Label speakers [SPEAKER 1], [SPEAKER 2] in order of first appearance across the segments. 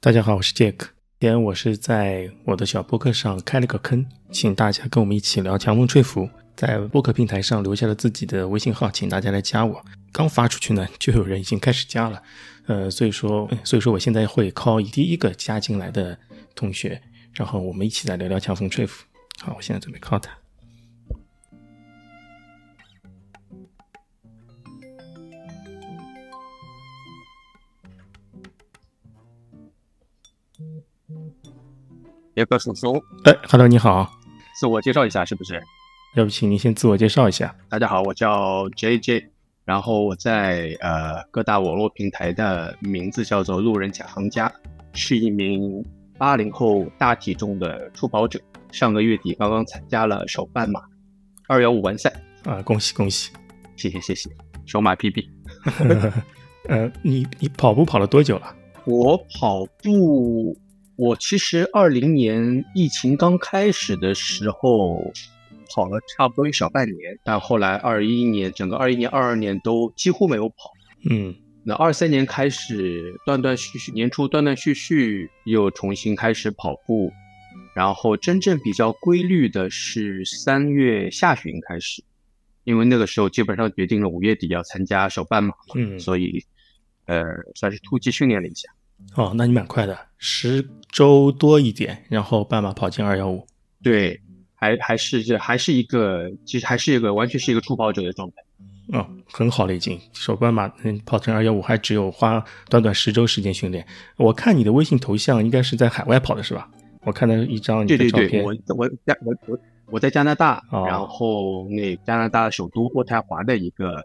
[SPEAKER 1] 大家好，我是 Jack。今天我是在我的小播客上开了个坑，请大家跟我们一起聊强风吹拂。在播客平台上留下了自己的微信号，请大家来加我。刚发出去呢， 就有人已经开始加了。呃，所以说，所以说我现在会 call 第一个加进来的同学，然后我们一起来聊聊强风吹拂。好，我现在准备 call 他。
[SPEAKER 2] 杰克叔叔，
[SPEAKER 1] 哎，Hello，你好，
[SPEAKER 2] 自我介绍一下，是不是？
[SPEAKER 1] 要不请您先自我介绍一下。
[SPEAKER 2] 大家好，我叫 JJ，然后我在呃各大网络平台的名字叫做路人甲行家，是一名八零后大体重的初跑者。上个月底刚刚参加了首半马二幺五完赛，
[SPEAKER 1] 啊，恭喜恭喜！
[SPEAKER 2] 谢谢谢谢，首马 PB。
[SPEAKER 1] 呃，你你跑步跑了多久了？
[SPEAKER 2] 我跑步，我其实二零年疫情刚开始的时候。跑了差不多一小半年，但后来二一年整个二一年、二二年都几乎没有跑。
[SPEAKER 1] 嗯，
[SPEAKER 2] 那二三年开始断断续续，年初断断续续又重新开始跑步，然后真正比较规律的是三月下旬开始，因为那个时候基本上决定了五月底要参加首半马，
[SPEAKER 1] 嗯，
[SPEAKER 2] 所以呃算是突击训练了一下。
[SPEAKER 1] 哦，那你蛮快的，十周多一点，然后半马跑进二幺五。
[SPEAKER 2] 对。还还是这还是一个，其实还是一个完全是一个初跑者的状态。
[SPEAKER 1] 哦，很好了已经。首半马嗯跑成二幺五，还只有花短短十周时间训练。我看你的微信头像应该是在海外跑的是吧？我看到一张你
[SPEAKER 2] 对
[SPEAKER 1] 嗯的
[SPEAKER 2] 对
[SPEAKER 1] 照片。
[SPEAKER 2] 对，我我加我我我在加拿大，
[SPEAKER 1] 哦
[SPEAKER 2] 然后那加拿大首都渥太华的一个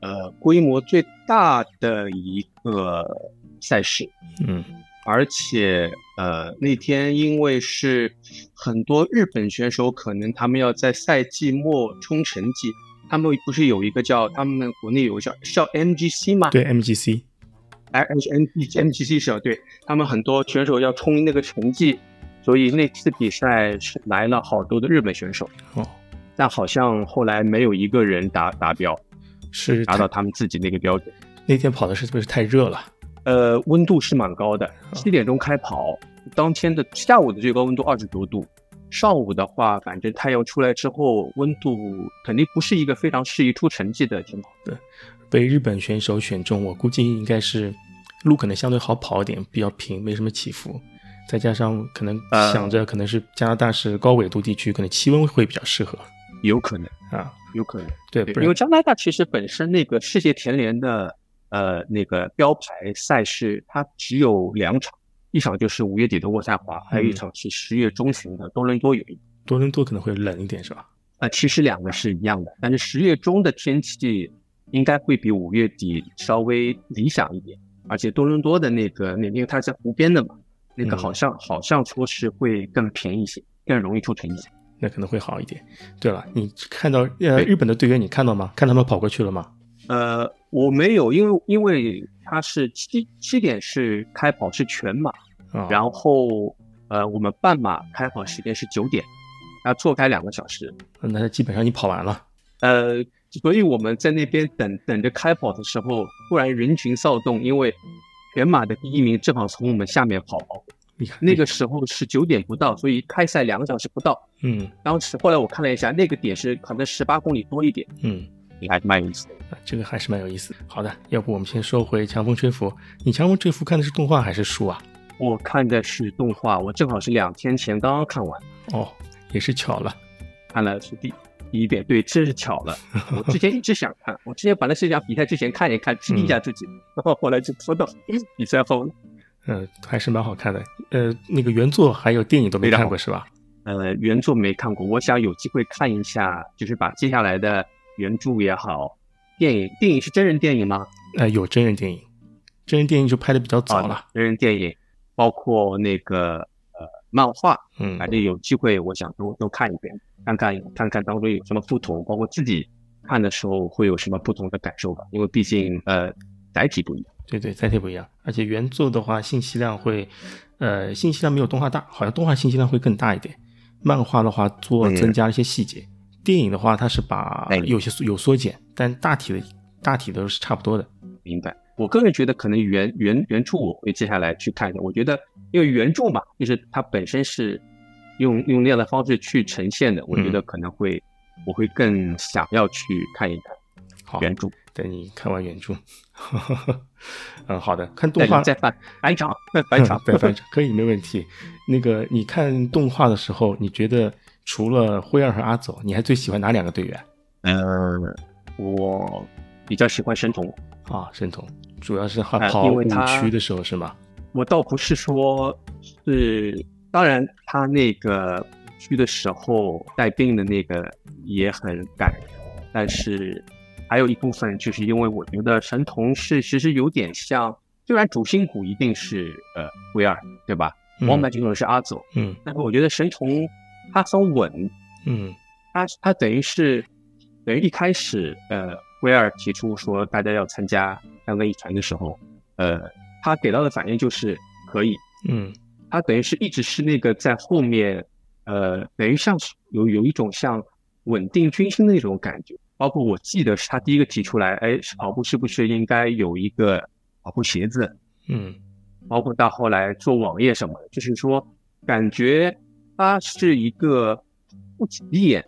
[SPEAKER 2] 呃规模最大的一个赛事，
[SPEAKER 1] 嗯
[SPEAKER 2] 而且呃那天因为是很多日本选手，可能他们要在赛季末冲成绩，他们不是有一个叫他们国内有个叫叫 MGC 吗？
[SPEAKER 1] 对 MGC，
[SPEAKER 2] 哎 H N G M G C 是吧？对他们很多选手要冲那个成绩，所以那次比赛是来了好多的日本选手，
[SPEAKER 1] 哦，
[SPEAKER 2] 但好像后来没有一个人达达标，
[SPEAKER 1] 是
[SPEAKER 2] 达
[SPEAKER 1] 太
[SPEAKER 2] 到他们自己那个标准。
[SPEAKER 1] 那天跑的是不是太热了？
[SPEAKER 2] 呃，温度是蛮高的，七点钟开跑，当天的下午的最高温度二十多度，上午的话，反正太阳出来之后，温度肯定不是一个非常适宜出成绩的情况。
[SPEAKER 1] 被日本选手选中，我估计应该是路可能相对好跑一点，比较平，没什么起伏。再加上可能
[SPEAKER 2] 呃
[SPEAKER 1] 想着可能是加拿大是高纬度地区，可能气温会比较适合
[SPEAKER 2] 有可能，
[SPEAKER 1] 啊。
[SPEAKER 2] 有可能。
[SPEAKER 1] 对，
[SPEAKER 2] 对
[SPEAKER 1] 不，
[SPEAKER 2] 因
[SPEAKER 1] 然
[SPEAKER 2] 为加拿大其实本身那个世界田联的呃那个标牌赛事，它只有两场，一场就是五月底的渥太华，还有一
[SPEAKER 1] 嗯
[SPEAKER 2] 场是十月中旬的多伦多有一场。
[SPEAKER 1] 多伦多可能会冷一点，是吧？
[SPEAKER 2] 呃，其实两个是一样的，但是十月中的天气应该会比五月底稍微理想一点，而且多伦多的那个那因为它是在湖边的嘛，那个
[SPEAKER 1] 嗯
[SPEAKER 2] 好像、好像说是会更便宜一些，更容易出成绩。
[SPEAKER 1] 那可能会好一点。对了，你看到呃日本的队员，你看到吗？看他们跑过去了吗？
[SPEAKER 2] 呃，我没有，因为因为它是七七点是开跑是全马，
[SPEAKER 1] 啊、
[SPEAKER 2] 然后呃我们半马开跑时间是九点，要错开两个小时，
[SPEAKER 1] 那基本上你跑完了，
[SPEAKER 2] 呃，所以我们在那边等等着开跑的时候，突然人群骚动，因为全马的第一名正好从我们下面跑，
[SPEAKER 1] 你看
[SPEAKER 2] 那个时候是九点不到，所以开赛两个小时不到。
[SPEAKER 1] 嗯
[SPEAKER 2] 当时后来我看了一下，那个点是可能十八公里多一点，
[SPEAKER 1] 嗯，
[SPEAKER 2] 你还蛮有意思的。
[SPEAKER 1] 啊这个还是蛮有意思。好的，要不我们先说回《强风吹拂》。你《强风吹拂》看的是动画还是书啊？
[SPEAKER 2] 我看的是动画，我正好是两天前刚刚看完。
[SPEAKER 1] 哦，也是巧了。
[SPEAKER 2] 看了是第第一遍，对，真是巧了。我之前一直想看，我之前本来是想比赛之前看一看，激励一下自己，然后后来就拖到比赛后。
[SPEAKER 1] 嗯，还是蛮好看的。呃，那个原作还有电影都没
[SPEAKER 2] 非常
[SPEAKER 1] 看
[SPEAKER 2] 好
[SPEAKER 1] 过是吧？
[SPEAKER 2] 呃，原作没看过，我想有机会看一下，就是把接下来的原著也好，电影电影是真人电影吗？
[SPEAKER 1] 呃，有真人电影，真人电影就拍的比较早了
[SPEAKER 2] 啊。真人电影，包括那个呃漫画，
[SPEAKER 1] 嗯，
[SPEAKER 2] 反正有机会我想多多看一遍，看看看看当中有什么不同，包括自己看的时候会有什么不同的感受吧，因为毕竟呃载体不一样。
[SPEAKER 1] 对对，载体不一样，而且原作的话信息量会，呃，信息量没有动画大，好像动画信息量会更大一点。漫画的话做
[SPEAKER 2] 嗯
[SPEAKER 1] 增加一些细节，电影的话它是把
[SPEAKER 2] 哎
[SPEAKER 1] 有些缩有缩减，但大体的大体都是差不多的。
[SPEAKER 2] 明白。我个人觉得可能原原原著我会接下来去看一下。我觉得因为原著嘛，就是它本身是用用那样的方式去呈现的，我
[SPEAKER 1] 嗯
[SPEAKER 2] 觉得可能会、我会更想要去看一看
[SPEAKER 1] 好，
[SPEAKER 2] 原著，
[SPEAKER 1] 等你看完原著。 嗯，好的，看动
[SPEAKER 2] 再
[SPEAKER 1] 画
[SPEAKER 2] 再翻翻场啊翻场
[SPEAKER 1] 对翻场可以没问题。那个你看动画的时候，你觉得除了灰二和阿走，你还最喜欢哪两个队员
[SPEAKER 2] 呃， 我比较喜欢神童，
[SPEAKER 1] 啊？申童，主要是他
[SPEAKER 2] 哎
[SPEAKER 1] 跑
[SPEAKER 2] 因
[SPEAKER 1] 五
[SPEAKER 2] 为他
[SPEAKER 1] 区的时候是吗？
[SPEAKER 2] 我倒不是说是，当然他那个去的时候带病的那个也很感人，但是还有一部分就是因为我觉得神童是其实有点像，虽然主心骨一定是呃威尔对吧？
[SPEAKER 1] 嗯
[SPEAKER 2] 王满这种是阿佐，
[SPEAKER 1] 嗯
[SPEAKER 2] 但是我觉得神童他很稳，
[SPEAKER 1] 嗯
[SPEAKER 2] 他他等于是等于一开始，呃，威尔提出说大家要参加三个一传的时候，呃，他给到的反应就是可以，
[SPEAKER 1] 嗯
[SPEAKER 2] 他等于是一直是那个在后面，呃，等于像是有有一种像稳定军心的那种感觉。包括我记得是他第一个提出来，哎，跑步是不是应该有一个跑步鞋子？
[SPEAKER 1] 嗯
[SPEAKER 2] 包括到后来做网页什么的，就是说感觉他是一个不起眼，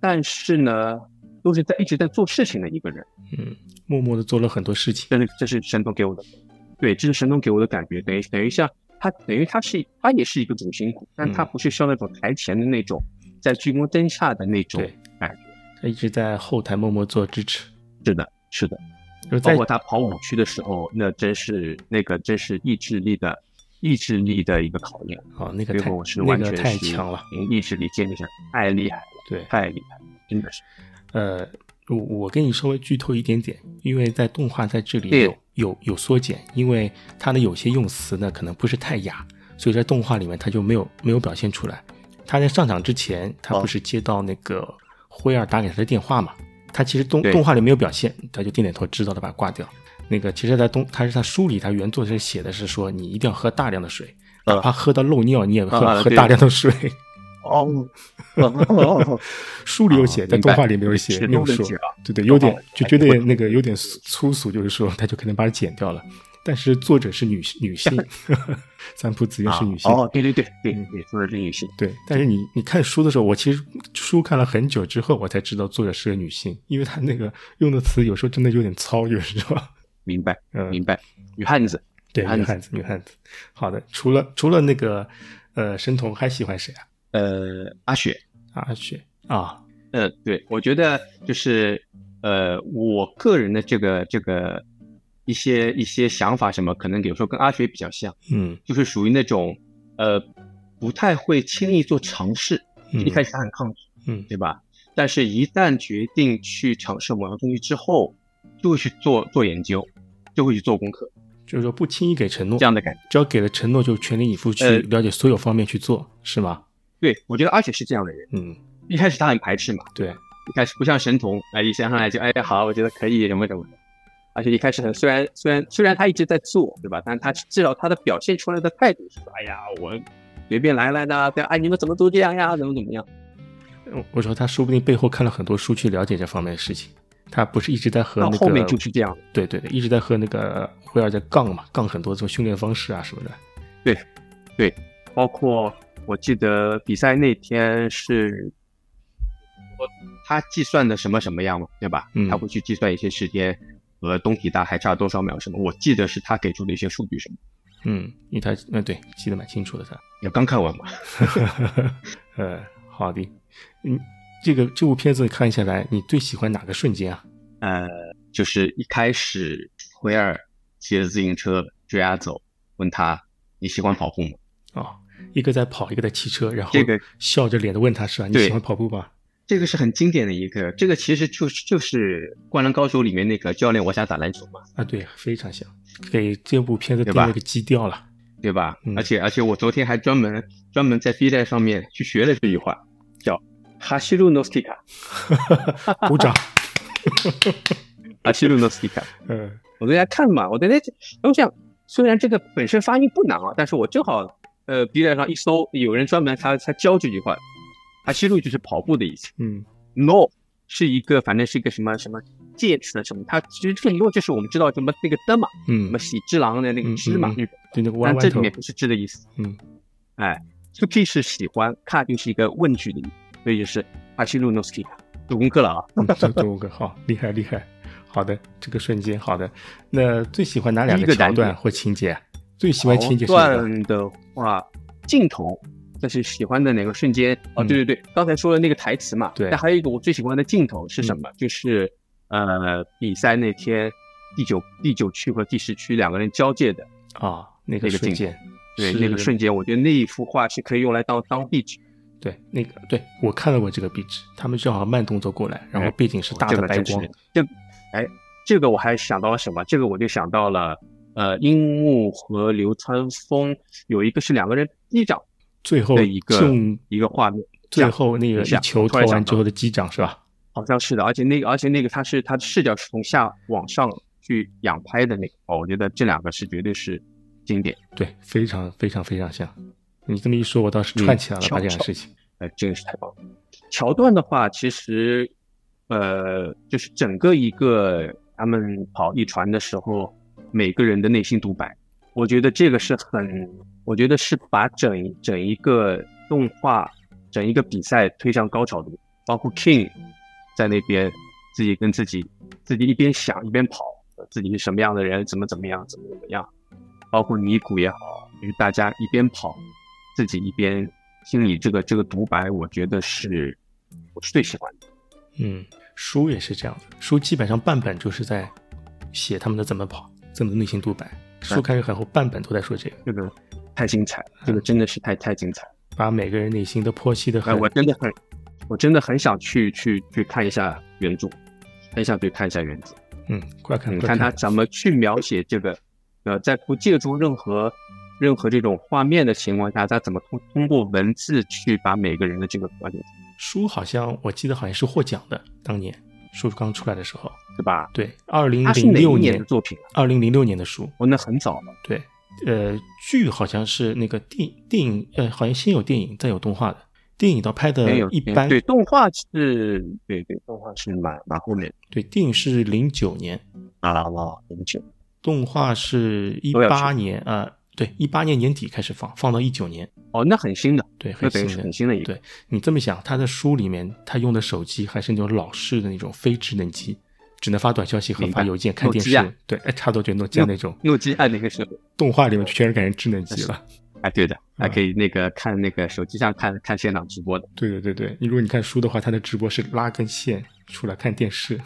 [SPEAKER 2] 但是呢都是在一直在做事情的一个人。
[SPEAKER 1] 嗯，默默的做了很多事情。
[SPEAKER 2] 这是这是神童给我的，对，这是神童给我的感觉，等于等于像他等于他是他也是一个主心骨，但他
[SPEAKER 1] 嗯
[SPEAKER 2] 不是像那种台前的那种在聚光灯下的那种
[SPEAKER 1] 对
[SPEAKER 2] 感觉。
[SPEAKER 1] 他一直在后台默默做支持，
[SPEAKER 2] 是的，是的，
[SPEAKER 1] 就是在
[SPEAKER 2] 包括他跑五区的时候，那真是那个真是意志力的意志力的一个考验。
[SPEAKER 1] 哦，那个
[SPEAKER 2] 最
[SPEAKER 1] 太
[SPEAKER 2] 后是
[SPEAKER 1] 那
[SPEAKER 2] 完
[SPEAKER 1] 个
[SPEAKER 2] 全
[SPEAKER 1] 太
[SPEAKER 2] 是
[SPEAKER 1] 强了，
[SPEAKER 2] 凭意志力建立起来，太厉害了，
[SPEAKER 1] 对，
[SPEAKER 2] 太厉害了，真的是。
[SPEAKER 1] 呃，我我跟你稍微剧透一点点，因为在动画在这里
[SPEAKER 2] 对
[SPEAKER 1] 有有有缩减，因为它的有些用词呢可能不是太雅，所以在动画里面它就没有没有表现出来。他在上场之前，他
[SPEAKER 2] 哦
[SPEAKER 1] 不是接到那个灰二打给他的电话嘛？他其实动
[SPEAKER 2] 对
[SPEAKER 1] 动画里没有表现，他就点点头知道了，把它挂掉。那个其实，在动他是他书里他原作是写的是说你一定要喝大量的水，
[SPEAKER 2] 啊
[SPEAKER 1] 哪怕喝到漏尿你也喝、
[SPEAKER 2] 啊
[SPEAKER 1] 喝
[SPEAKER 2] 对
[SPEAKER 1] 大量的水。
[SPEAKER 2] 哦，哦，
[SPEAKER 1] 书里有写，
[SPEAKER 2] 啊
[SPEAKER 1] 但
[SPEAKER 2] 明
[SPEAKER 1] 动
[SPEAKER 2] 白
[SPEAKER 1] 画里没有写，
[SPEAKER 2] 是
[SPEAKER 1] 没有
[SPEAKER 2] 都能
[SPEAKER 1] 说
[SPEAKER 2] 写啊。
[SPEAKER 1] 对对，有点
[SPEAKER 2] 动画
[SPEAKER 1] 就觉得那个有点粗粗俗，就是说他就可能把它剪掉了。但是作者是女女性， 三浦子
[SPEAKER 2] 啊
[SPEAKER 1] 苑是女性。
[SPEAKER 2] 哦，对对对对对，说的是女性，
[SPEAKER 1] 对，但是你你看书的时候，我其实书看了很久之后，我才知道作者是个女性，因为她那个用的词有时候真的有点糙，有时候。
[SPEAKER 2] 明白
[SPEAKER 1] 嗯，
[SPEAKER 2] 明白，女汉子，
[SPEAKER 1] 对，
[SPEAKER 2] 女
[SPEAKER 1] 女
[SPEAKER 2] 汉子
[SPEAKER 1] 汉子，女汉子。好的，除了除了那个呃神童，还喜欢谁啊？
[SPEAKER 2] 呃，阿雪，
[SPEAKER 1] 阿雪啊，
[SPEAKER 2] 嗯，对，我觉得就是呃，我个人的这个这个一些一些想法什么，可能有时候跟阿雪比较像，
[SPEAKER 1] 嗯，
[SPEAKER 2] 就是属于那种呃不太会轻易做尝试，
[SPEAKER 1] 嗯
[SPEAKER 2] 一开始她很抗拒。
[SPEAKER 1] 嗯
[SPEAKER 2] 对吧？但是，一旦决定去尝试某样东西之后，就会去做做研究，就会去做功课，
[SPEAKER 1] 就是说不轻易给承诺，
[SPEAKER 2] 这样的感觉。
[SPEAKER 1] 只要给了承诺，就全力以赴去
[SPEAKER 2] 呃
[SPEAKER 1] 了解所有方面去做，是吗？
[SPEAKER 2] 对我觉得阿雪是这样的人，
[SPEAKER 1] 嗯，
[SPEAKER 2] 一开始她很排斥嘛，
[SPEAKER 1] 对，
[SPEAKER 2] 一开始不像神童，哎，一上来就哎好，我觉得可以什么什么的。而且一开始很虽然虽然虽然他一直在做，对吧？但他至少他的表现出来的态度是说，哎呀，我随便来来的，对，哎，你们怎么都这样呀？怎么怎么样？
[SPEAKER 1] 我我说他说不定背后看了很多书去了解这方面的事情，他不是一直在和
[SPEAKER 2] 到
[SPEAKER 1] 那个
[SPEAKER 2] 后面就是这样，
[SPEAKER 1] 对对对，一直在和那个灰尔在杠嘛，杠很多这种训练方式啊什么的。
[SPEAKER 2] 包括我记得比赛那天是，我他计算的什么什么样嘛，对吧？
[SPEAKER 1] 嗯
[SPEAKER 2] 他会去计算一些时间和东体大还差多少秒什么。我记得是他给出的一些数据什么。
[SPEAKER 1] 嗯，因为他嗯对记得蛮清楚的他。
[SPEAKER 2] 也刚看完嘛，
[SPEAKER 1] 呃，好的，嗯，这个这部片子看下来，你最喜欢哪个瞬间啊？
[SPEAKER 2] 呃，就是一开始灰二骑着自行车追阿走，问他你喜欢跑步吗？
[SPEAKER 1] 哦，一个在跑，一个在骑车，然后
[SPEAKER 2] 这个
[SPEAKER 1] 笑着脸的问他是吧？你
[SPEAKER 2] 对
[SPEAKER 1] 喜欢跑步吗？
[SPEAKER 2] 这个是很经典的一个，这个其实就是就是《灌篮高手》里面那个教练我想打篮球嘛，
[SPEAKER 1] 啊，对，非常像，给这部片子
[SPEAKER 2] 对
[SPEAKER 1] 定
[SPEAKER 2] 吧
[SPEAKER 1] 了个基调了。
[SPEAKER 2] 对吧？
[SPEAKER 1] 嗯
[SPEAKER 2] 而且而且我昨天还专门专门在 B 站上面去学了这句话，叫哈西路诺斯蒂卡，
[SPEAKER 1] 鼓 掌。
[SPEAKER 2] 哈西路诺斯蒂卡。
[SPEAKER 1] 嗯
[SPEAKER 2] 我昨天看嘛，我昨天我想，虽然这个本身发音不难啊，但是我正好呃 B 站上一搜，有人专门他他教这句话，哈西路就是跑步的意思
[SPEAKER 1] 嗯
[SPEAKER 2] ，no 是一个反正是一个什么什么介词什么，它其实更多就是我们知道什么那个的嘛，什
[SPEAKER 1] 嗯
[SPEAKER 2] 么，喜之郎的那个之嘛，
[SPEAKER 1] 嗯嗯
[SPEAKER 2] 日本，
[SPEAKER 1] 就那个歪
[SPEAKER 2] 但
[SPEAKER 1] 歪
[SPEAKER 2] 这里
[SPEAKER 1] 头
[SPEAKER 2] 面，不是之的意思。
[SPEAKER 1] 嗯，
[SPEAKER 2] 哎，这个 K 是喜欢，看就是一个问句的意思，所以就是阿西路诺斯基，读功课了啊。
[SPEAKER 1] 嗯这多个好厉害厉害。好的，这个瞬间好的。那最喜欢哪两
[SPEAKER 2] 第一个
[SPEAKER 1] 桥
[SPEAKER 2] 难
[SPEAKER 1] 段
[SPEAKER 2] 点
[SPEAKER 1] 或情节啊？最喜欢情节是哪个？
[SPEAKER 2] 段的话，镜头，但是喜欢的哪个瞬间？哦，
[SPEAKER 1] 嗯
[SPEAKER 2] 对对对，刚才说的那个台词嘛。
[SPEAKER 1] 对嗯
[SPEAKER 2] 但还有一个我最喜欢的镜头是什么？就是呃，比赛那天第九第九区和第十区两个人交界的
[SPEAKER 1] 啊，那
[SPEAKER 2] 那
[SPEAKER 1] 个
[SPEAKER 2] 个
[SPEAKER 1] 瞬
[SPEAKER 2] 镜
[SPEAKER 1] 间，
[SPEAKER 2] 对
[SPEAKER 1] 是哦
[SPEAKER 2] 那个瞬间，我觉得那一幅画是可以用来当当壁纸。
[SPEAKER 1] 对，那个对我看到过这个壁纸，他们正好慢动作过来，然后背景是大
[SPEAKER 2] 哎这
[SPEAKER 1] 的
[SPEAKER 2] 个
[SPEAKER 1] 白
[SPEAKER 2] 真
[SPEAKER 1] 光
[SPEAKER 2] 是，这哎，这个我还想到了什么？这个我就想到了。呃，樱木和流川枫有一个是两个人击掌
[SPEAKER 1] 最后
[SPEAKER 2] 的一个
[SPEAKER 1] 用
[SPEAKER 2] 一个画面，这
[SPEAKER 1] 最
[SPEAKER 2] 样
[SPEAKER 1] 后那个
[SPEAKER 2] 一下
[SPEAKER 1] 一球
[SPEAKER 2] 突
[SPEAKER 1] 投
[SPEAKER 2] 然
[SPEAKER 1] 完
[SPEAKER 2] 想
[SPEAKER 1] 之后的击掌是吧？
[SPEAKER 2] 好像是的，而且那个，而且那个他是他的视角是从下往上去仰拍的那个，哦，我觉得这两个是绝对是经典。
[SPEAKER 1] 对，非常非常非常像。你这么一说，我倒是串起来了，把这
[SPEAKER 2] 嗯巧
[SPEAKER 1] 两个事情。
[SPEAKER 2] 呃，这个是太棒了。桥段的话，其实，呃，就是整个一个他们跑一船的时候，每个人的内心独白，我觉得这个是很，我觉得是把整整一个动画、整一个比赛推向高潮的，包括 King 在那边自己跟自己自己一边想一边跑，自己是什么样的人，怎么怎么样，怎么怎么样，包括尼古也好，就是大家一边跑，自己一边心里这个这个独白，我觉得是我是最喜欢的。
[SPEAKER 1] 嗯，书也是这样子，书基本上半本就是在写他们的怎么跑，怎么内心独白。
[SPEAKER 2] 哎
[SPEAKER 1] 书开始很厚，半本都在说这个，
[SPEAKER 2] 这个太精彩了，这个真的是太太精彩了。
[SPEAKER 1] 把每个人内心都剖析的
[SPEAKER 2] 哎，
[SPEAKER 1] 很。
[SPEAKER 2] 我真的很，我真的很想去去去看一下原著，很想去看一下原著，
[SPEAKER 1] 嗯，快看
[SPEAKER 2] 你
[SPEAKER 1] 快
[SPEAKER 2] 看他怎么去描写这个，呃，在不借助任何任何这种画面的情况下，他怎么通通过文字去把每个人的这个观点，
[SPEAKER 1] 书好像我记得好像是获奖的，当年书刚出来的时候，
[SPEAKER 2] 是吧？
[SPEAKER 1] 对，二零
[SPEAKER 2] 他是
[SPEAKER 1] 零
[SPEAKER 2] 哪一
[SPEAKER 1] 六
[SPEAKER 2] 年的作品啊？
[SPEAKER 1] 二零零六年的书，
[SPEAKER 2] 哦，那很早了，
[SPEAKER 1] 对，呃，剧好像是那个电电影，呃，好像先有电影，再有动画的。电影倒拍
[SPEAKER 2] 没
[SPEAKER 1] 的
[SPEAKER 2] 有
[SPEAKER 1] 呃一般，
[SPEAKER 2] 对动画是，对对，动画是蛮蛮后面的
[SPEAKER 1] 对电影是零九年，
[SPEAKER 2] 啊啊，很久。
[SPEAKER 1] 动画是一
[SPEAKER 2] 都要
[SPEAKER 1] 八
[SPEAKER 2] 去
[SPEAKER 1] 年，呃，对，一八年年底开始放，放到一九年，
[SPEAKER 2] 哦，那很新的，
[SPEAKER 1] 对，很
[SPEAKER 2] 那等
[SPEAKER 1] 新
[SPEAKER 2] 于是
[SPEAKER 1] 的
[SPEAKER 2] 很。新的一个。
[SPEAKER 1] 对你这么想，他的书里面他用的手机还是那种老式的那种非智能机，只能发短消息和
[SPEAKER 2] 明
[SPEAKER 1] 发
[SPEAKER 2] 白
[SPEAKER 1] 邮件、看
[SPEAKER 2] 诺
[SPEAKER 1] 电
[SPEAKER 2] 基
[SPEAKER 1] 视
[SPEAKER 2] 亚，
[SPEAKER 1] 对，哎，差不多就诺基亚那种。
[SPEAKER 2] 诺基亚那个时候，
[SPEAKER 1] 动画里面全是改成智能机
[SPEAKER 2] 是
[SPEAKER 1] 了。
[SPEAKER 2] 哎，对的，还
[SPEAKER 1] 嗯
[SPEAKER 2] 可以那个看那个手机上看看现场直播的，
[SPEAKER 1] 对对对对，你如果你看书的话，他的直播是拉根线出来看电视，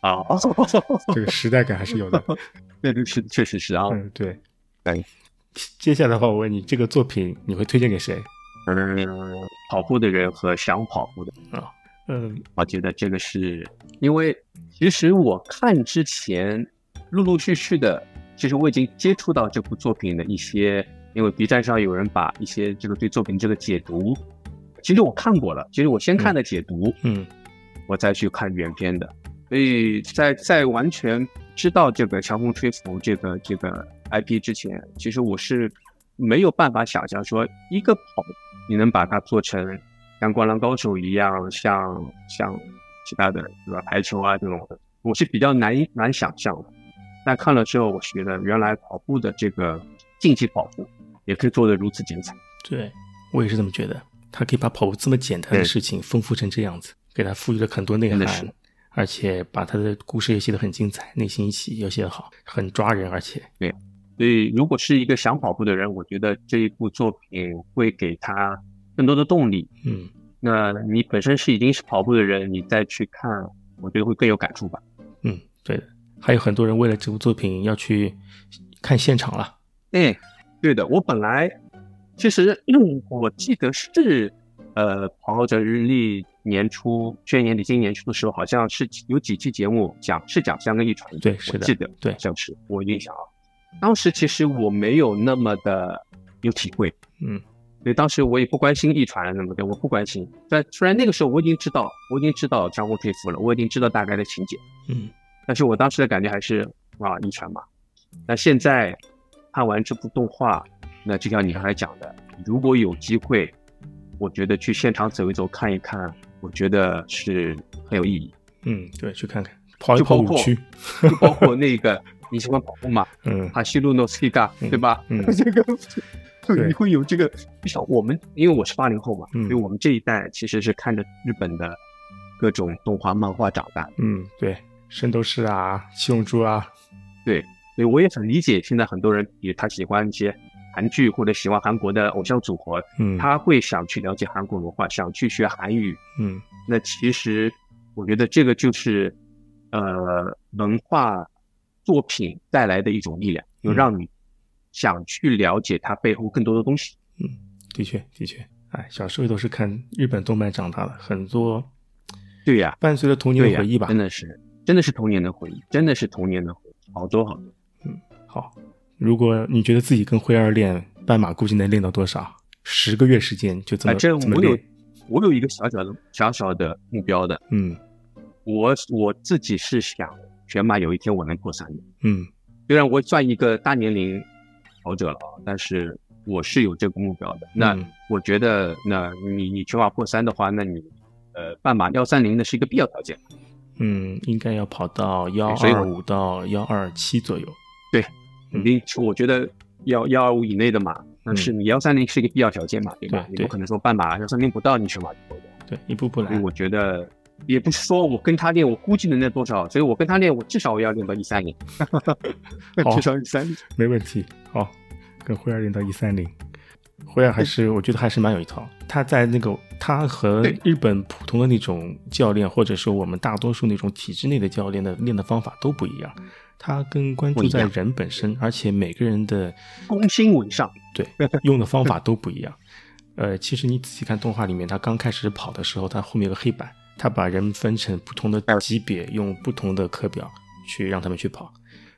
[SPEAKER 2] 啊，
[SPEAKER 1] 这个时代感还是有 的。
[SPEAKER 2] 那个是确实是啊，
[SPEAKER 1] 嗯，对。
[SPEAKER 2] 哎，
[SPEAKER 1] 接下来的话，我问你，这个作品你会推荐给谁？
[SPEAKER 2] 嗯，跑步的人和想跑步的，
[SPEAKER 1] 嗯
[SPEAKER 2] 我觉得这个是因为其实我看之前陆陆续续的，其实我已经接触到这部作品的一些，因为 B 站上有人把一些这个对作品这个解读，其实我看过了，其实我先看的解读，
[SPEAKER 1] 嗯
[SPEAKER 2] 我再去看原片的。所以在在完全知道这个《强风吹拂》这个这个 IP 之前，其实我是没有办法想象说一个跑，你能把它做成像《灌篮高手》一样，像像其他的对吧排球啊这种的，我是比较难以难想象的。但看了之后，我是觉得原来跑步的这个竞技跑步也可以做得如此精彩。
[SPEAKER 1] 对，我也是这么觉得。他可以把跑步这么简单的
[SPEAKER 2] 对
[SPEAKER 1] 事情丰富成这样子，给他赋予了很多内
[SPEAKER 2] 真的
[SPEAKER 1] 涵
[SPEAKER 2] 是，
[SPEAKER 1] 而且把他的故事也写得很精彩，内心戏也写得好，很抓人，而且
[SPEAKER 2] 所以，如果是一个想跑步的人，我觉得这一部作品会给他更多的动力。
[SPEAKER 1] 嗯，
[SPEAKER 2] 那你本身是已经是跑步的人，你再去看，我觉得会更有感触吧。
[SPEAKER 1] 嗯，对的。还有很多人为了这部作品要去看现场了。
[SPEAKER 2] 哎，对的，我本来其实、嗯、我记得是，呃，《跑者日历》年初去年底今年初的时候，好像是有几期节目讲是讲香根一传的，
[SPEAKER 1] 对
[SPEAKER 2] 我
[SPEAKER 1] 是的
[SPEAKER 2] 记得
[SPEAKER 1] 对
[SPEAKER 2] 好像是我印象啊。当时其实我没有那么的有体会，
[SPEAKER 1] 嗯
[SPEAKER 2] 所以当时我也不关心一传什么的，我不关心。但虽然那个时候我已经知道，我已经知道江户退服了，我已经知道大概的情节，
[SPEAKER 1] 嗯，
[SPEAKER 2] 但是我当时的感觉还是啊，一传嘛。那现在看完这部动画，那就像你刚才讲的，如果有 机会，我觉得去现场走一走看一看，我觉得是很有意义。
[SPEAKER 1] 嗯，对，去看看，跑一
[SPEAKER 2] 就
[SPEAKER 1] 跑
[SPEAKER 2] 包
[SPEAKER 1] 五
[SPEAKER 2] 括
[SPEAKER 1] 区，
[SPEAKER 2] 就包括那个你喜欢跑步吗？
[SPEAKER 1] 嗯
[SPEAKER 2] 哈西路诺斯蒂嘎，
[SPEAKER 1] 嗯
[SPEAKER 2] 对吧？
[SPEAKER 1] 嗯
[SPEAKER 2] 这个就
[SPEAKER 1] 对
[SPEAKER 2] 你会有这个，就像我们，因为我是八零后嘛，
[SPEAKER 1] 嗯
[SPEAKER 2] 所以我们这一代其实是看着日本的各种动画、漫画长大的，
[SPEAKER 1] 嗯，对，圣斗士啊，七龙珠啊，
[SPEAKER 2] 所以我也很理解现在很多人，比如他喜欢一些韩剧或者喜欢韩国的偶像组合，
[SPEAKER 1] 嗯，
[SPEAKER 2] 他会想去了解韩国文化，想去学韩语。
[SPEAKER 1] 嗯
[SPEAKER 2] 那其实我觉得这个就是呃文化作品带来的一种力量，就
[SPEAKER 1] 嗯
[SPEAKER 2] 让你想去了解它背后更多的东西。
[SPEAKER 1] 嗯，的确的确，哎，小时候都是看日本动漫长大的，很多
[SPEAKER 2] 对呀、
[SPEAKER 1] 伴随着童年
[SPEAKER 2] 对
[SPEAKER 1] 的
[SPEAKER 2] 呀、
[SPEAKER 1] 回忆吧
[SPEAKER 2] 真。的是，真的是童年的回忆，真的是童年的回忆，好多好多。
[SPEAKER 1] 好，如果你觉得自己跟灰二练斑马，估计能练到多少？十个月时间就这么、
[SPEAKER 2] 反正
[SPEAKER 1] 这么
[SPEAKER 2] 我有
[SPEAKER 1] 练，
[SPEAKER 2] 我有一个小小的小小的目标的，
[SPEAKER 1] 嗯
[SPEAKER 2] 我我自己是想全马有一天我能破三年。
[SPEAKER 1] 嗯
[SPEAKER 2] 虽然我算一个大年龄跑者了啊，但是我是有这个目标的。那
[SPEAKER 1] 嗯
[SPEAKER 2] 我觉得，那你你全马破三的话，那你呃半马幺三零的是一个必要条件。
[SPEAKER 1] 嗯，应该要跑到幺
[SPEAKER 2] 所以
[SPEAKER 1] 二五到幺二七左右。嗯
[SPEAKER 2] 你我觉得幺幺二五以内的马，那是你幺三零是一个必要条件嘛，对吧
[SPEAKER 1] 对？
[SPEAKER 2] 你
[SPEAKER 1] 对
[SPEAKER 2] 不可能说半马幺三零不到你全马就破的。
[SPEAKER 1] 对，一步步来
[SPEAKER 2] 所以。哎我觉得。也不是说我跟他练，我估计能练多少，所以我跟他练，我至少我要练到一 三零，
[SPEAKER 1] 好
[SPEAKER 2] 至少一三零。
[SPEAKER 1] 没问题。好，跟灰二练到一三零，灰二还是我觉得还是蛮有一套。他在那个他和
[SPEAKER 2] 对
[SPEAKER 1] 日本普通的那种教练，或者说我们大多数那种体制内的教练的练的方法都不一样。他更关
[SPEAKER 2] 不
[SPEAKER 1] 注
[SPEAKER 2] 一
[SPEAKER 1] 在
[SPEAKER 2] 样
[SPEAKER 1] 人本身，而且每个人的
[SPEAKER 2] 攻心为上，
[SPEAKER 1] 对用的方法都不一样。呃，其实你仔细看动画里面，他刚开始跑的时候，他后面有个黑板，他把人分成不同的级别，用不同的课表去让他们去跑，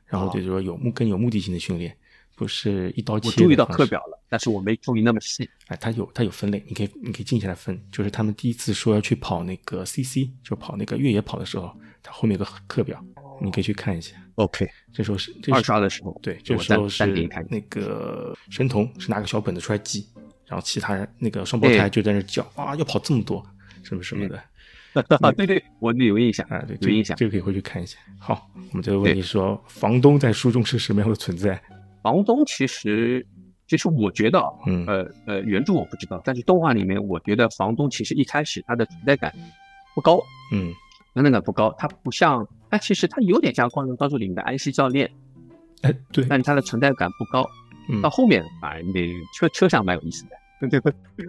[SPEAKER 1] 然后就是说有目更有目的性的训练，不是一刀切。
[SPEAKER 2] 哦我注意到课，表了，但是我没注意那么细。
[SPEAKER 1] 哎，他有他有分类，你可以你可以静下来分。就是他们第一次说要去跑那个 CC，就跑那个越野跑的时候，他后面有个课表，你可以去看一下。
[SPEAKER 2] OK，
[SPEAKER 1] 这时候是这
[SPEAKER 2] 二
[SPEAKER 1] 是
[SPEAKER 2] 刷的时候，
[SPEAKER 1] 对，这
[SPEAKER 2] 我
[SPEAKER 1] 时
[SPEAKER 2] 暂
[SPEAKER 1] 候是
[SPEAKER 2] 暂停嗯看。
[SPEAKER 1] 那个神童是拿个小本子出来记，然后其他人那个双胞胎
[SPEAKER 2] 哎
[SPEAKER 1] 就在那叫、啊，要跑这么多，什么什么的。嗯
[SPEAKER 2] 对对，我有印象
[SPEAKER 1] 啊，对，
[SPEAKER 2] 有
[SPEAKER 1] 这
[SPEAKER 2] 印
[SPEAKER 1] 个
[SPEAKER 2] 象。
[SPEAKER 1] 这个可以回去看一下。好，我们这个问题说，房东在书中是什么样的存在？
[SPEAKER 2] 房东其实，其实我觉得啊，
[SPEAKER 1] 嗯
[SPEAKER 2] 呃呃，原著我不知道，但是动画里面，我觉得房东其实一开始他的存在感不高，
[SPEAKER 1] 嗯，
[SPEAKER 2] 存在感不高，他不像，他其实他有点像《灌篮高手》里面的安西教练，
[SPEAKER 1] 哎，对，
[SPEAKER 2] 但是他的存在感不高。
[SPEAKER 1] 嗯
[SPEAKER 2] 到后面反而那车车上蛮有意思的， 对对对。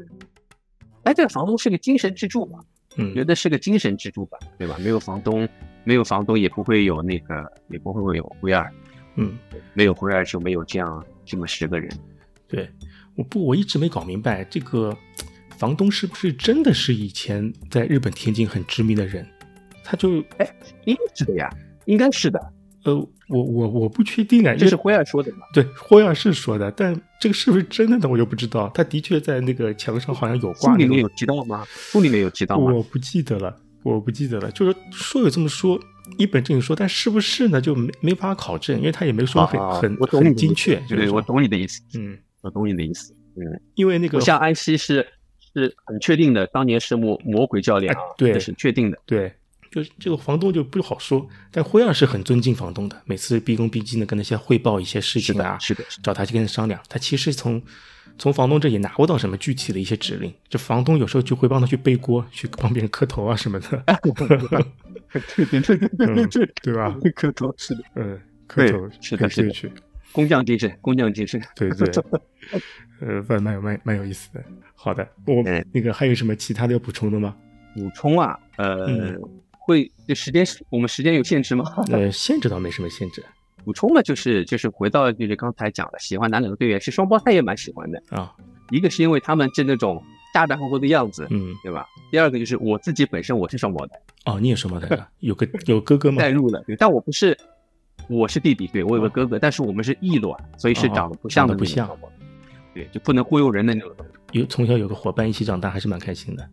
[SPEAKER 2] 哎，这个房东是个精神支柱嘛，啊我觉
[SPEAKER 1] 嗯
[SPEAKER 2] 得是个精神支柱吧，对吧？没有房东，没有房东也不会有那个，也不会有灰二，
[SPEAKER 1] 嗯，
[SPEAKER 2] 没有灰二就没有这样这么十个人。
[SPEAKER 1] 对，我不，我一直没搞明白这个房东是不是真的是以前在日本天津很知名的人，他就
[SPEAKER 2] 哎应该是的呀，应该是的，
[SPEAKER 1] 呃，我我我不确定啊，因
[SPEAKER 2] 这
[SPEAKER 1] 为
[SPEAKER 2] 是灰二说的嘛？
[SPEAKER 1] 对，霍耀是说的，但这个是不是真的呢？我就不知道。他的确在那个墙上好像有
[SPEAKER 2] 书
[SPEAKER 1] 挂
[SPEAKER 2] 里
[SPEAKER 1] 那
[SPEAKER 2] 面有
[SPEAKER 1] 个，
[SPEAKER 2] 提到吗？书里面有提到吗？
[SPEAKER 1] 我不记得了，我不记得了。就是说有这么说，一本正经说，但是不是呢？就没没法考证，因为他也没说很、
[SPEAKER 2] 啊啊
[SPEAKER 1] 很
[SPEAKER 2] 我懂你
[SPEAKER 1] 很
[SPEAKER 2] 的
[SPEAKER 1] 精
[SPEAKER 2] 意思
[SPEAKER 1] 确。
[SPEAKER 2] 对
[SPEAKER 1] 就
[SPEAKER 2] 对，
[SPEAKER 1] 是说
[SPEAKER 2] 我，懂你的意思，
[SPEAKER 1] 嗯，
[SPEAKER 2] 我懂你的意思。
[SPEAKER 1] 因为那个
[SPEAKER 2] 不像安西是是很确定的，当年是魔魔鬼教练啊
[SPEAKER 1] 哎，对
[SPEAKER 2] 这是确定的。
[SPEAKER 1] 对，就是这个房东就不好说，但辉二是很尊敬房东的，每次毕恭毕敬的跟那些汇报一些事
[SPEAKER 2] 是
[SPEAKER 1] 情啊
[SPEAKER 2] 的，，是的，是的
[SPEAKER 1] 找他去跟他商量。他其实从从房东这也拿不到什么具体的一些指令，就房东有时候就会帮他去背锅，去帮别人磕头啊什么的，
[SPEAKER 2] 对对对对对对对，
[SPEAKER 1] 对吧？
[SPEAKER 2] 可多是的。
[SPEAKER 1] 嗯，磕头
[SPEAKER 2] 对是的
[SPEAKER 1] 感
[SPEAKER 2] 是
[SPEAKER 1] 谢
[SPEAKER 2] 的
[SPEAKER 1] 去，
[SPEAKER 2] 工匠精神，工匠精神。
[SPEAKER 1] 对 对，呃，蛮蛮有蛮蛮有意思的。好的，我
[SPEAKER 2] 嗯
[SPEAKER 1] 那个还有什么其他的要补充的吗？
[SPEAKER 2] 补充啊，呃，
[SPEAKER 1] 嗯
[SPEAKER 2] 会这时间是我们时间有限制吗？
[SPEAKER 1] 呃，限制倒没什么限制
[SPEAKER 2] 补充了就是就是回到就是刚才讲的，喜欢哪两个队员？其实双胞胎也蛮喜欢的，
[SPEAKER 1] 啊，
[SPEAKER 2] 一个是因为他们是那种大大方方的样子，
[SPEAKER 1] 嗯，
[SPEAKER 2] 对吧？第二个就是我自己本身我是双胞胎，
[SPEAKER 1] 哦，你也双胞胎 的，有个有哥哥吗
[SPEAKER 2] 代？入了，对但我不是，我是弟弟，对我有个哥哥，但是我们是异卵，所以是
[SPEAKER 1] 哦
[SPEAKER 2] 长得不像
[SPEAKER 1] 长得
[SPEAKER 2] 的
[SPEAKER 1] 不
[SPEAKER 2] 那种
[SPEAKER 1] 像
[SPEAKER 2] 双胞胎，对，就不能忽悠人的那种。
[SPEAKER 1] 有从小有个伙伴一起长大，还是蛮开心的。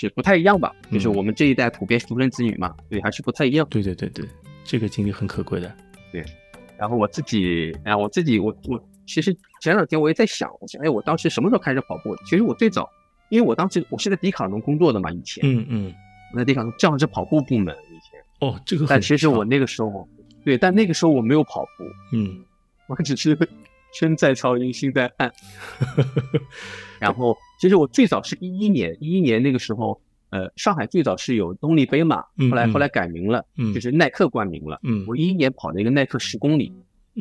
[SPEAKER 2] 是不太一样吧？就是
[SPEAKER 1] 嗯
[SPEAKER 2] 我们这一代普遍是独生子女嘛，对，还是不太一样。
[SPEAKER 1] 对对对对，这个经历很可贵的。
[SPEAKER 2] 然后我自己，哎、我自己，我我其实前两天我也在想，我想，哎，我当时什么时候开始跑步？其实我最早，因为我当时我是在迪卡侬工作的嘛，以前、
[SPEAKER 1] 嗯嗯
[SPEAKER 2] 我在迪卡侬正好是跑步部门，你
[SPEAKER 1] 哦，这个很
[SPEAKER 2] 但其实我
[SPEAKER 1] 长
[SPEAKER 2] 那个时候，对，但那个时候我没有跑步，
[SPEAKER 1] 嗯，
[SPEAKER 2] 我只是 身在曹营心在 汉。然后，其实我最早是一一年，一一年那个时候，呃，上海最早是有动力杯嘛，
[SPEAKER 1] 嗯
[SPEAKER 2] 后来
[SPEAKER 1] 嗯
[SPEAKER 2] 后来改名了，
[SPEAKER 1] 嗯
[SPEAKER 2] 就是耐克冠名了。
[SPEAKER 1] 嗯，
[SPEAKER 2] 我一一年跑了一个耐克十公里，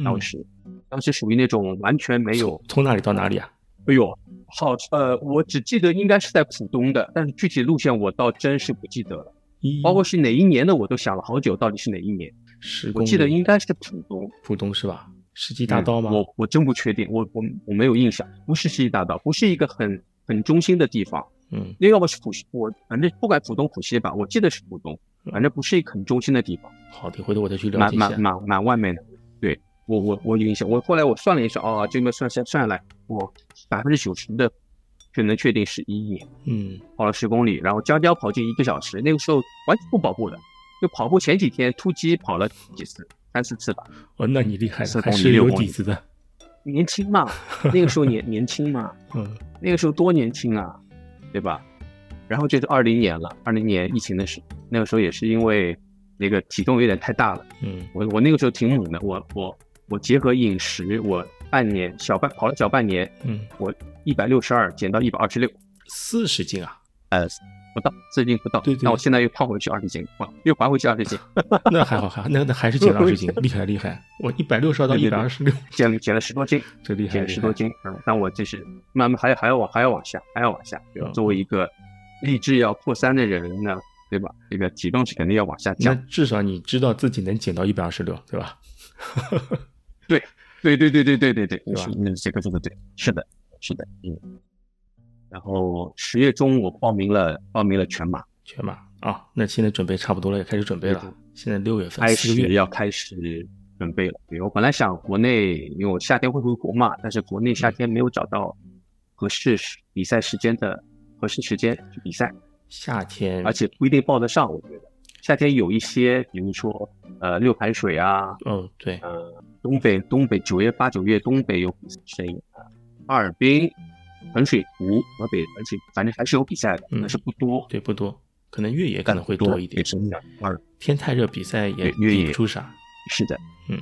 [SPEAKER 2] 当
[SPEAKER 1] 嗯
[SPEAKER 2] 时，当时属于那种完全没有，
[SPEAKER 1] 从哪里到哪里啊？
[SPEAKER 2] 哎呦，好，呃，我只记得应该是在浦东的，但是具体路线我倒真是不记得了，
[SPEAKER 1] 一
[SPEAKER 2] 包括是哪一年的我都想了好久，到底是哪一年？
[SPEAKER 1] 十公
[SPEAKER 2] 我
[SPEAKER 1] 里，
[SPEAKER 2] 记得应该是浦东。
[SPEAKER 1] 浦东是吧？世纪大道吗？
[SPEAKER 2] 嗯我我真不确定，我我我没有印象，不是世纪大道，不是一个很很中心的地方。
[SPEAKER 1] 嗯
[SPEAKER 2] 那要么是浦西，我反正不管浦东浦西吧，我记得是浦东，反正不是一个很中心的地方，
[SPEAKER 1] 好的，回头我再去了
[SPEAKER 2] 蛮
[SPEAKER 1] 解一下
[SPEAKER 2] 蛮。蛮蛮外面的。对我我我有印象，我后来我算了一下，哦，这边算算算下来，我百分之九十的就能确定是一一年
[SPEAKER 1] 嗯
[SPEAKER 2] 跑了十公里，然后将将跑进一个小时，那个时候完全不跑步的，就跑步前几天突击跑了几次，三四次吧。
[SPEAKER 1] 哦，那你厉害
[SPEAKER 2] 四
[SPEAKER 1] 了，
[SPEAKER 2] 公
[SPEAKER 1] 还
[SPEAKER 2] 里
[SPEAKER 1] 是
[SPEAKER 2] 六
[SPEAKER 1] 有
[SPEAKER 2] 公
[SPEAKER 1] 底
[SPEAKER 2] 里
[SPEAKER 1] 子的。
[SPEAKER 2] 年轻嘛，那个时候年年轻嘛，
[SPEAKER 1] 嗯
[SPEAKER 2] 那个时候多年轻啊，对吧？然后这是二零年了，二零年疫情的时候，那个时候也是因为那个体重有点太大了，
[SPEAKER 1] 嗯
[SPEAKER 2] 我我那个时候挺猛的，我我我结合饮食，我半年小半跑了小半年，
[SPEAKER 1] 嗯，
[SPEAKER 2] 我一百六十二减到一百二十六，
[SPEAKER 1] 四十斤啊，
[SPEAKER 2] 不到，最近不到，
[SPEAKER 1] 对对
[SPEAKER 2] 那我现在又胖回去二十斤，哇，又还回去二十斤，
[SPEAKER 1] 那还好，还好那那还是减了二十 斤，厉害厉害。我一百六十二到一
[SPEAKER 2] 对对
[SPEAKER 1] 百
[SPEAKER 2] 对
[SPEAKER 1] 二十六，
[SPEAKER 2] 减了减了十多斤，
[SPEAKER 1] 这厉害
[SPEAKER 2] 减了
[SPEAKER 1] 厉
[SPEAKER 2] 十
[SPEAKER 1] 害
[SPEAKER 2] 多斤，嗯，但我就是慢慢还还要往还要往下，还要往下。对吧
[SPEAKER 1] 嗯
[SPEAKER 2] 作为一个立志要破三的人呢，对吧？这个体重是肯定要往下
[SPEAKER 1] 那
[SPEAKER 2] 降。
[SPEAKER 1] 至少你知道自己能减到一百二十六，对吧？
[SPEAKER 2] 对对对对对对对，
[SPEAKER 1] 对吧
[SPEAKER 2] 是嗯，这个这个对，是的，是的，嗯。然后十月中我报名了报名了全马，
[SPEAKER 1] 全马啊，那现在准备差不多了，也开始准备
[SPEAKER 2] 对
[SPEAKER 1] 了。现在六月份，
[SPEAKER 2] 开
[SPEAKER 1] 四个
[SPEAKER 2] 始
[SPEAKER 1] 月，
[SPEAKER 2] 要开始准备了。对我本来想国内，因为我夏天会回国嘛，但是国内
[SPEAKER 1] 嗯
[SPEAKER 2] 夏天没有找到合适时比赛时间的合适时间去比赛。
[SPEAKER 1] 夏天，
[SPEAKER 2] 而且不一定报得上。我觉得夏天有一些，比如说呃六盘水啊，
[SPEAKER 1] 哦对，
[SPEAKER 2] 呃东北东北九月八九月东北有比赛声音，呃哈尔滨、衡水湖、河北，而且反正还是有比赛的，
[SPEAKER 1] 嗯
[SPEAKER 2] 但是不多，
[SPEAKER 1] 对不多，可能越野可能会
[SPEAKER 2] 多
[SPEAKER 1] 多一点
[SPEAKER 2] 也。是那样。二
[SPEAKER 1] 天太热，比赛也
[SPEAKER 2] 对越
[SPEAKER 1] 比
[SPEAKER 2] 野
[SPEAKER 1] 不出啥。
[SPEAKER 2] 是的，
[SPEAKER 1] 嗯，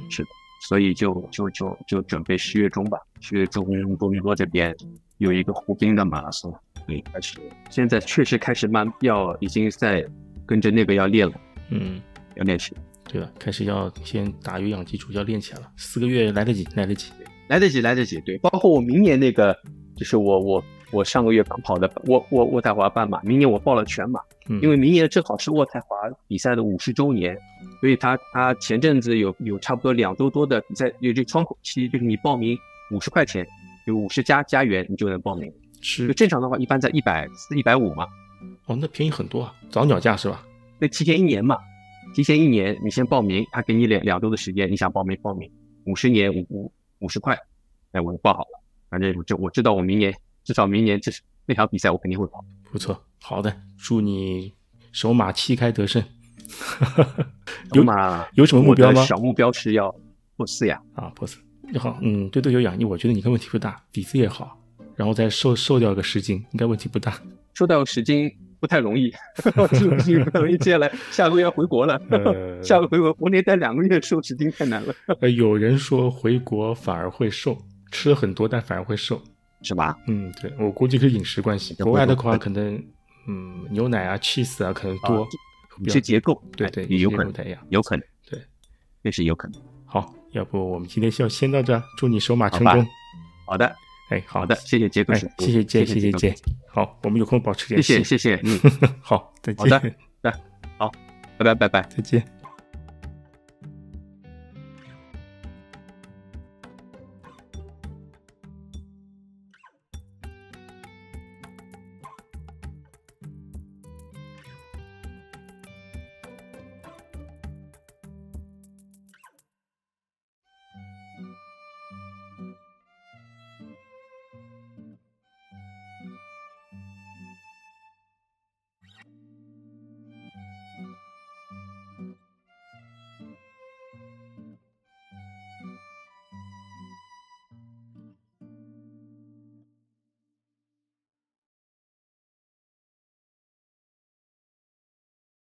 [SPEAKER 2] 所以就就就就准备十月中吧，十月中多伦多这边有一个湖滨的马拉松，对，开始现在确实开始慢要已经在跟着那个要练了，
[SPEAKER 1] 嗯，
[SPEAKER 2] 要练习。
[SPEAKER 1] 对了，开始要先打有氧基础，要练起来了。四个月来得及，来得及。
[SPEAKER 2] 来得及，来得及。对，包括我明年那个，就是我我我上个月刚跑的，渥渥渥太华半马，明年我报了全马，
[SPEAKER 1] 嗯，
[SPEAKER 2] 因为明年正好是渥太华比赛的五十周年，所以他他前阵子有有差不多两周多的比赛，有这个窗口期，就是你报名五十块钱，有五十加加元你就能报名。就是正常的话，一般在一百四、一百五嘛，
[SPEAKER 1] 哦，那便宜很多啊，早鸟价是吧？
[SPEAKER 2] 那提前一年嘛，提前一年你先报名，他给你两两周的时间，你想报名报名，五十年五五五十块，哎，我报好了，反正我这我知道我明年至少明年这是那场比赛我肯定会跑，
[SPEAKER 1] 不错，好的，祝你首马旗开得胜。有
[SPEAKER 2] 嘛
[SPEAKER 1] 有什么目标吗？
[SPEAKER 2] 小目标是要破四呀，
[SPEAKER 1] 啊，pose 也好，嗯，对对有氧，我觉得你应该问题不大，底子也好，然后再瘦瘦掉个十斤，应该问题不大。
[SPEAKER 2] 收到十斤不太容易， 这个事情不太容易，接下来下个月要回国了，
[SPEAKER 1] 呃
[SPEAKER 2] 下个回国国内待两个月瘦十斤太难了，
[SPEAKER 1] 呃，有人说回国反而会瘦，吃了很多但反而会瘦。
[SPEAKER 2] 是吧？
[SPEAKER 1] 嗯，对我估计跟饮食关系。
[SPEAKER 2] 要
[SPEAKER 1] 国外的
[SPEAKER 2] 回头
[SPEAKER 1] 话，可能嗯，牛奶啊、cheese 啊，可能多，
[SPEAKER 2] 啊
[SPEAKER 1] 会比
[SPEAKER 2] 有
[SPEAKER 1] 较
[SPEAKER 2] 些结构，
[SPEAKER 1] 对
[SPEAKER 2] 哎
[SPEAKER 1] 对，
[SPEAKER 2] 有
[SPEAKER 1] 些
[SPEAKER 2] 可
[SPEAKER 1] 不
[SPEAKER 2] 能，
[SPEAKER 1] 太一样。
[SPEAKER 2] 有可能，
[SPEAKER 1] 对，
[SPEAKER 2] 这是有可能。
[SPEAKER 1] 好，要不我们今天就先到这儿，祝你手马
[SPEAKER 2] 好
[SPEAKER 1] 成
[SPEAKER 2] 吧
[SPEAKER 1] 功。
[SPEAKER 2] 好的，
[SPEAKER 1] 哎，好
[SPEAKER 2] 好的，谢谢杰克
[SPEAKER 1] 哎
[SPEAKER 2] 师，傅，
[SPEAKER 1] 谢谢姐，
[SPEAKER 2] 谢
[SPEAKER 1] 谢谢
[SPEAKER 2] 杰克
[SPEAKER 1] 姐。好，我们有空保持
[SPEAKER 2] 谢
[SPEAKER 1] 联系。
[SPEAKER 2] 谢谢谢，嗯，
[SPEAKER 1] 好，再
[SPEAKER 2] 好的
[SPEAKER 1] 见，
[SPEAKER 2] 拜拜拜拜。
[SPEAKER 1] 再见。